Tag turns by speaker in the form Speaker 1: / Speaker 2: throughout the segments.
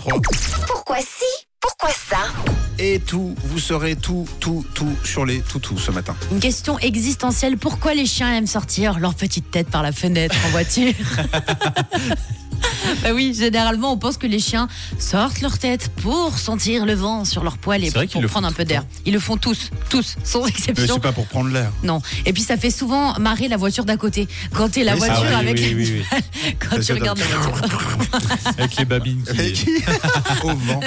Speaker 1: Trois.
Speaker 2: Pourquoi si Pourquoi ça
Speaker 1: Et tout, vous saurez tout, tout, tout sur les toutous ce matin.
Speaker 3: Une question existentielle. Pourquoi les chiens aiment sortir leur petite tête par la fenêtre en voiture Bah oui, généralement, on pense que les chiens sortent leur tête pour sentir le vent sur leur poil et
Speaker 4: C'est vrai
Speaker 3: pour
Speaker 4: qu'ils le
Speaker 3: prendre un
Speaker 4: font
Speaker 3: peu
Speaker 4: tout le
Speaker 3: d'air. Ils le font tous, tous, sans
Speaker 1: Mais
Speaker 3: exception.
Speaker 1: c'est pas pour prendre l'air.
Speaker 3: Non. Et puis ça fait souvent marrer la voiture d'à côté. Quand t'es la
Speaker 1: Oui, ça,
Speaker 3: voiture
Speaker 1: oui,
Speaker 3: avec,
Speaker 4: Ah oui, oui,
Speaker 3: quand
Speaker 1: Ça,
Speaker 3: tu
Speaker 1: c'est
Speaker 3: regardes la
Speaker 1: dingue.
Speaker 3: voiture,
Speaker 4: avec les babines
Speaker 1: Et
Speaker 4: qui.
Speaker 1: qui- Au vent.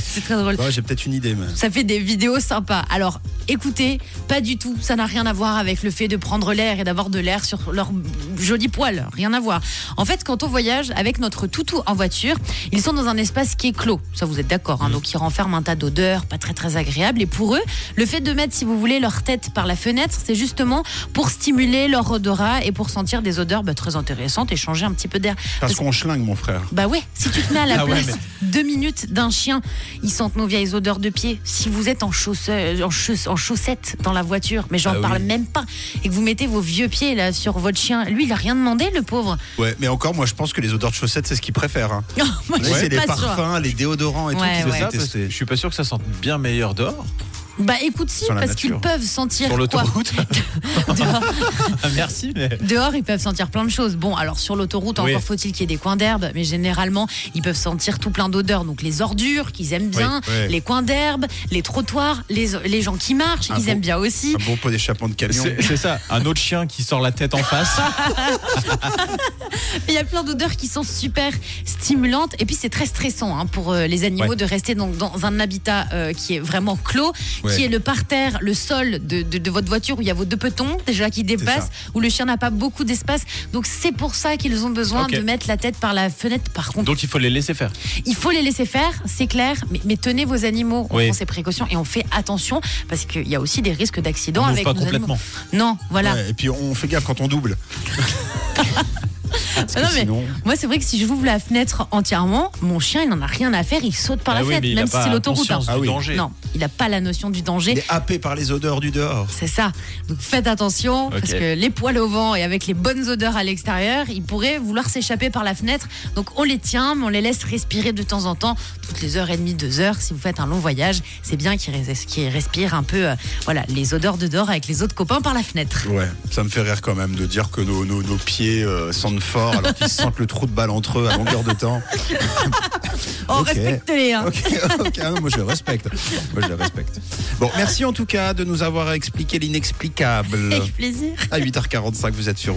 Speaker 3: c'est très drôle.
Speaker 1: Bah, J'ai peut-être une idée, mais.
Speaker 3: Ça fait des vidéos sympas. Alors, écoutez, pas du tout. Ça n'a rien à voir avec le fait de prendre l'air et d'avoir de l'air sur leurs jolis poils. Rien à voir. En fait, quand on voyage avec notre toutou en voiture, ils sont dans un espace qui est clos. Ça, vous êtes d'accord. hein, donc, qui renferme un tas d'odeurs pas très très agréables. Et pour eux, le fait de mettre, si vous voulez, leur tête par la fenêtre, c'est justement pour stimuler leur odorat et pour sentir des odeurs bah, très intéressantes et changer un petit peu d'air.
Speaker 1: Parce qu'on schlingue, mon frère.
Speaker 3: Bah ouais, si tu te mets à la
Speaker 4: Ah ouais,
Speaker 3: place deux minutes d'un chien, ils sentent nos vieilles odeurs de pied. Si vous êtes en, chausse- en, chausse- en chaussettes dans la voiture, mais j'en
Speaker 4: Ah
Speaker 3: parle
Speaker 4: oui.
Speaker 3: même pas, et que vous mettez vos vieux pieds là sur votre chien, lui il a rien demandé le pauvre.
Speaker 1: Ouais, mais encore, moi, je pense que les odeurs de chaussettes, c'est ce qu'ils préfèrent. hein.
Speaker 3: Moi
Speaker 1: Ouais,
Speaker 3: je suis
Speaker 1: c'est les
Speaker 3: pas sûre.
Speaker 1: parfums, les déodorants et tout
Speaker 3: Ouais,
Speaker 1: qu'ils essaient
Speaker 3: ouais.
Speaker 1: de
Speaker 4: Parce que
Speaker 1: tester.
Speaker 4: je suis pas sûr que ça sente bien meilleur dehors
Speaker 3: Bah écoute si,
Speaker 1: Sur la
Speaker 3: parce qu'ils
Speaker 1: nature.
Speaker 3: peuvent sentir
Speaker 4: sur
Speaker 3: quoi
Speaker 4: l'autoroute.
Speaker 3: dehors,
Speaker 4: Ah, Merci, mais.
Speaker 3: dehors, ils peuvent sentir plein de choses. Bon alors sur l'autoroute
Speaker 4: Oui.
Speaker 3: encore faut-il qu'il y ait des coins d'herbe, mais généralement ils peuvent sentir tout plein d'odeurs. Donc les ordures qu'ils aiment bien,
Speaker 1: ouais.
Speaker 3: les coins d'herbe, les trottoirs, les, les gens qui marchent,
Speaker 1: Ah
Speaker 3: ils
Speaker 1: bon
Speaker 3: aiment bien aussi.
Speaker 1: Un bon pot d'échappement de camion.
Speaker 4: C'est c'est ça, un autre chien qui sort la tête en face.
Speaker 3: Il y a plein d'odeurs qui sont super stimulantes et puis c'est très stressant hein, pour euh, les animaux
Speaker 4: Ouais.
Speaker 3: de rester dans, dans un habitat euh, qui est vraiment clos,
Speaker 1: Ouais.
Speaker 3: qui est le parterre, le sol de, de- de votre voiture où il y a vos deux petons déjà qui dépassent, où le chien n'a pas beaucoup d'espace. Donc c'est pour ça qu'ils ont besoin
Speaker 4: Ok.
Speaker 3: de mettre la tête par la fenêtre. Par contre,
Speaker 4: Donc il faut les laisser faire.
Speaker 3: il faut les laisser faire, c'est clair, mais, mais tenez vos animaux, on
Speaker 4: Oui.
Speaker 3: prend ces précautions et on fait attention parce qu'il y a aussi des risques d'accident
Speaker 4: On
Speaker 3: avec
Speaker 4: n'ouvre pas
Speaker 3: nos animaux.
Speaker 4: complètement.
Speaker 3: Non, voilà.
Speaker 1: Ouais, et puis, on fait gaffe quand on double. Parce que
Speaker 3: Ah non, mais-
Speaker 1: sinon,
Speaker 3: Moi, c'est vrai que si je ouvre la fenêtre entièrement, mon chien, il n'en a rien à faire, il saute par
Speaker 4: Ah
Speaker 3: la
Speaker 4: oui,
Speaker 3: fenêtre,
Speaker 4: mais il a
Speaker 3: même si
Speaker 4: pas
Speaker 3: c'est l'autoroute.
Speaker 4: conscience
Speaker 3: hein.
Speaker 4: du
Speaker 1: Ah oui.
Speaker 4: danger.
Speaker 3: Non, il n'a pas la notion du danger.
Speaker 1: il est happé par les odeurs du dehors.
Speaker 3: C'est ça. Donc faites attention, parce
Speaker 4: Ok.
Speaker 3: que les poils au vent et avec les bonnes odeurs à l'extérieur, ils pourraient vouloir s'échapper par la fenêtre. Donc on les tient, mais on les laisse respirer de temps en temps, toutes les heures et demie, deux heures. Si vous faites un long voyage, c'est bien qu'ils res- qu'ils respirent un peu euh, voilà, les odeurs de dehors avec les autres copains par la fenêtre.
Speaker 1: Ouais, ça me fait rire quand même de dire que nos, nos, nos pieds euh, sentent fort alors qu'ils sentent le trou de balle entre eux à longueur de temps.
Speaker 3: Oh,
Speaker 1: Ok.
Speaker 3: respectez-les hein.
Speaker 1: Ok, ok, ah non, moi je le respecte. Moi je le respecte. Bon, merci en tout cas de nous avoir expliqué l'inexplicable.
Speaker 3: Avec plaisir
Speaker 1: À 8h45, vous êtes sur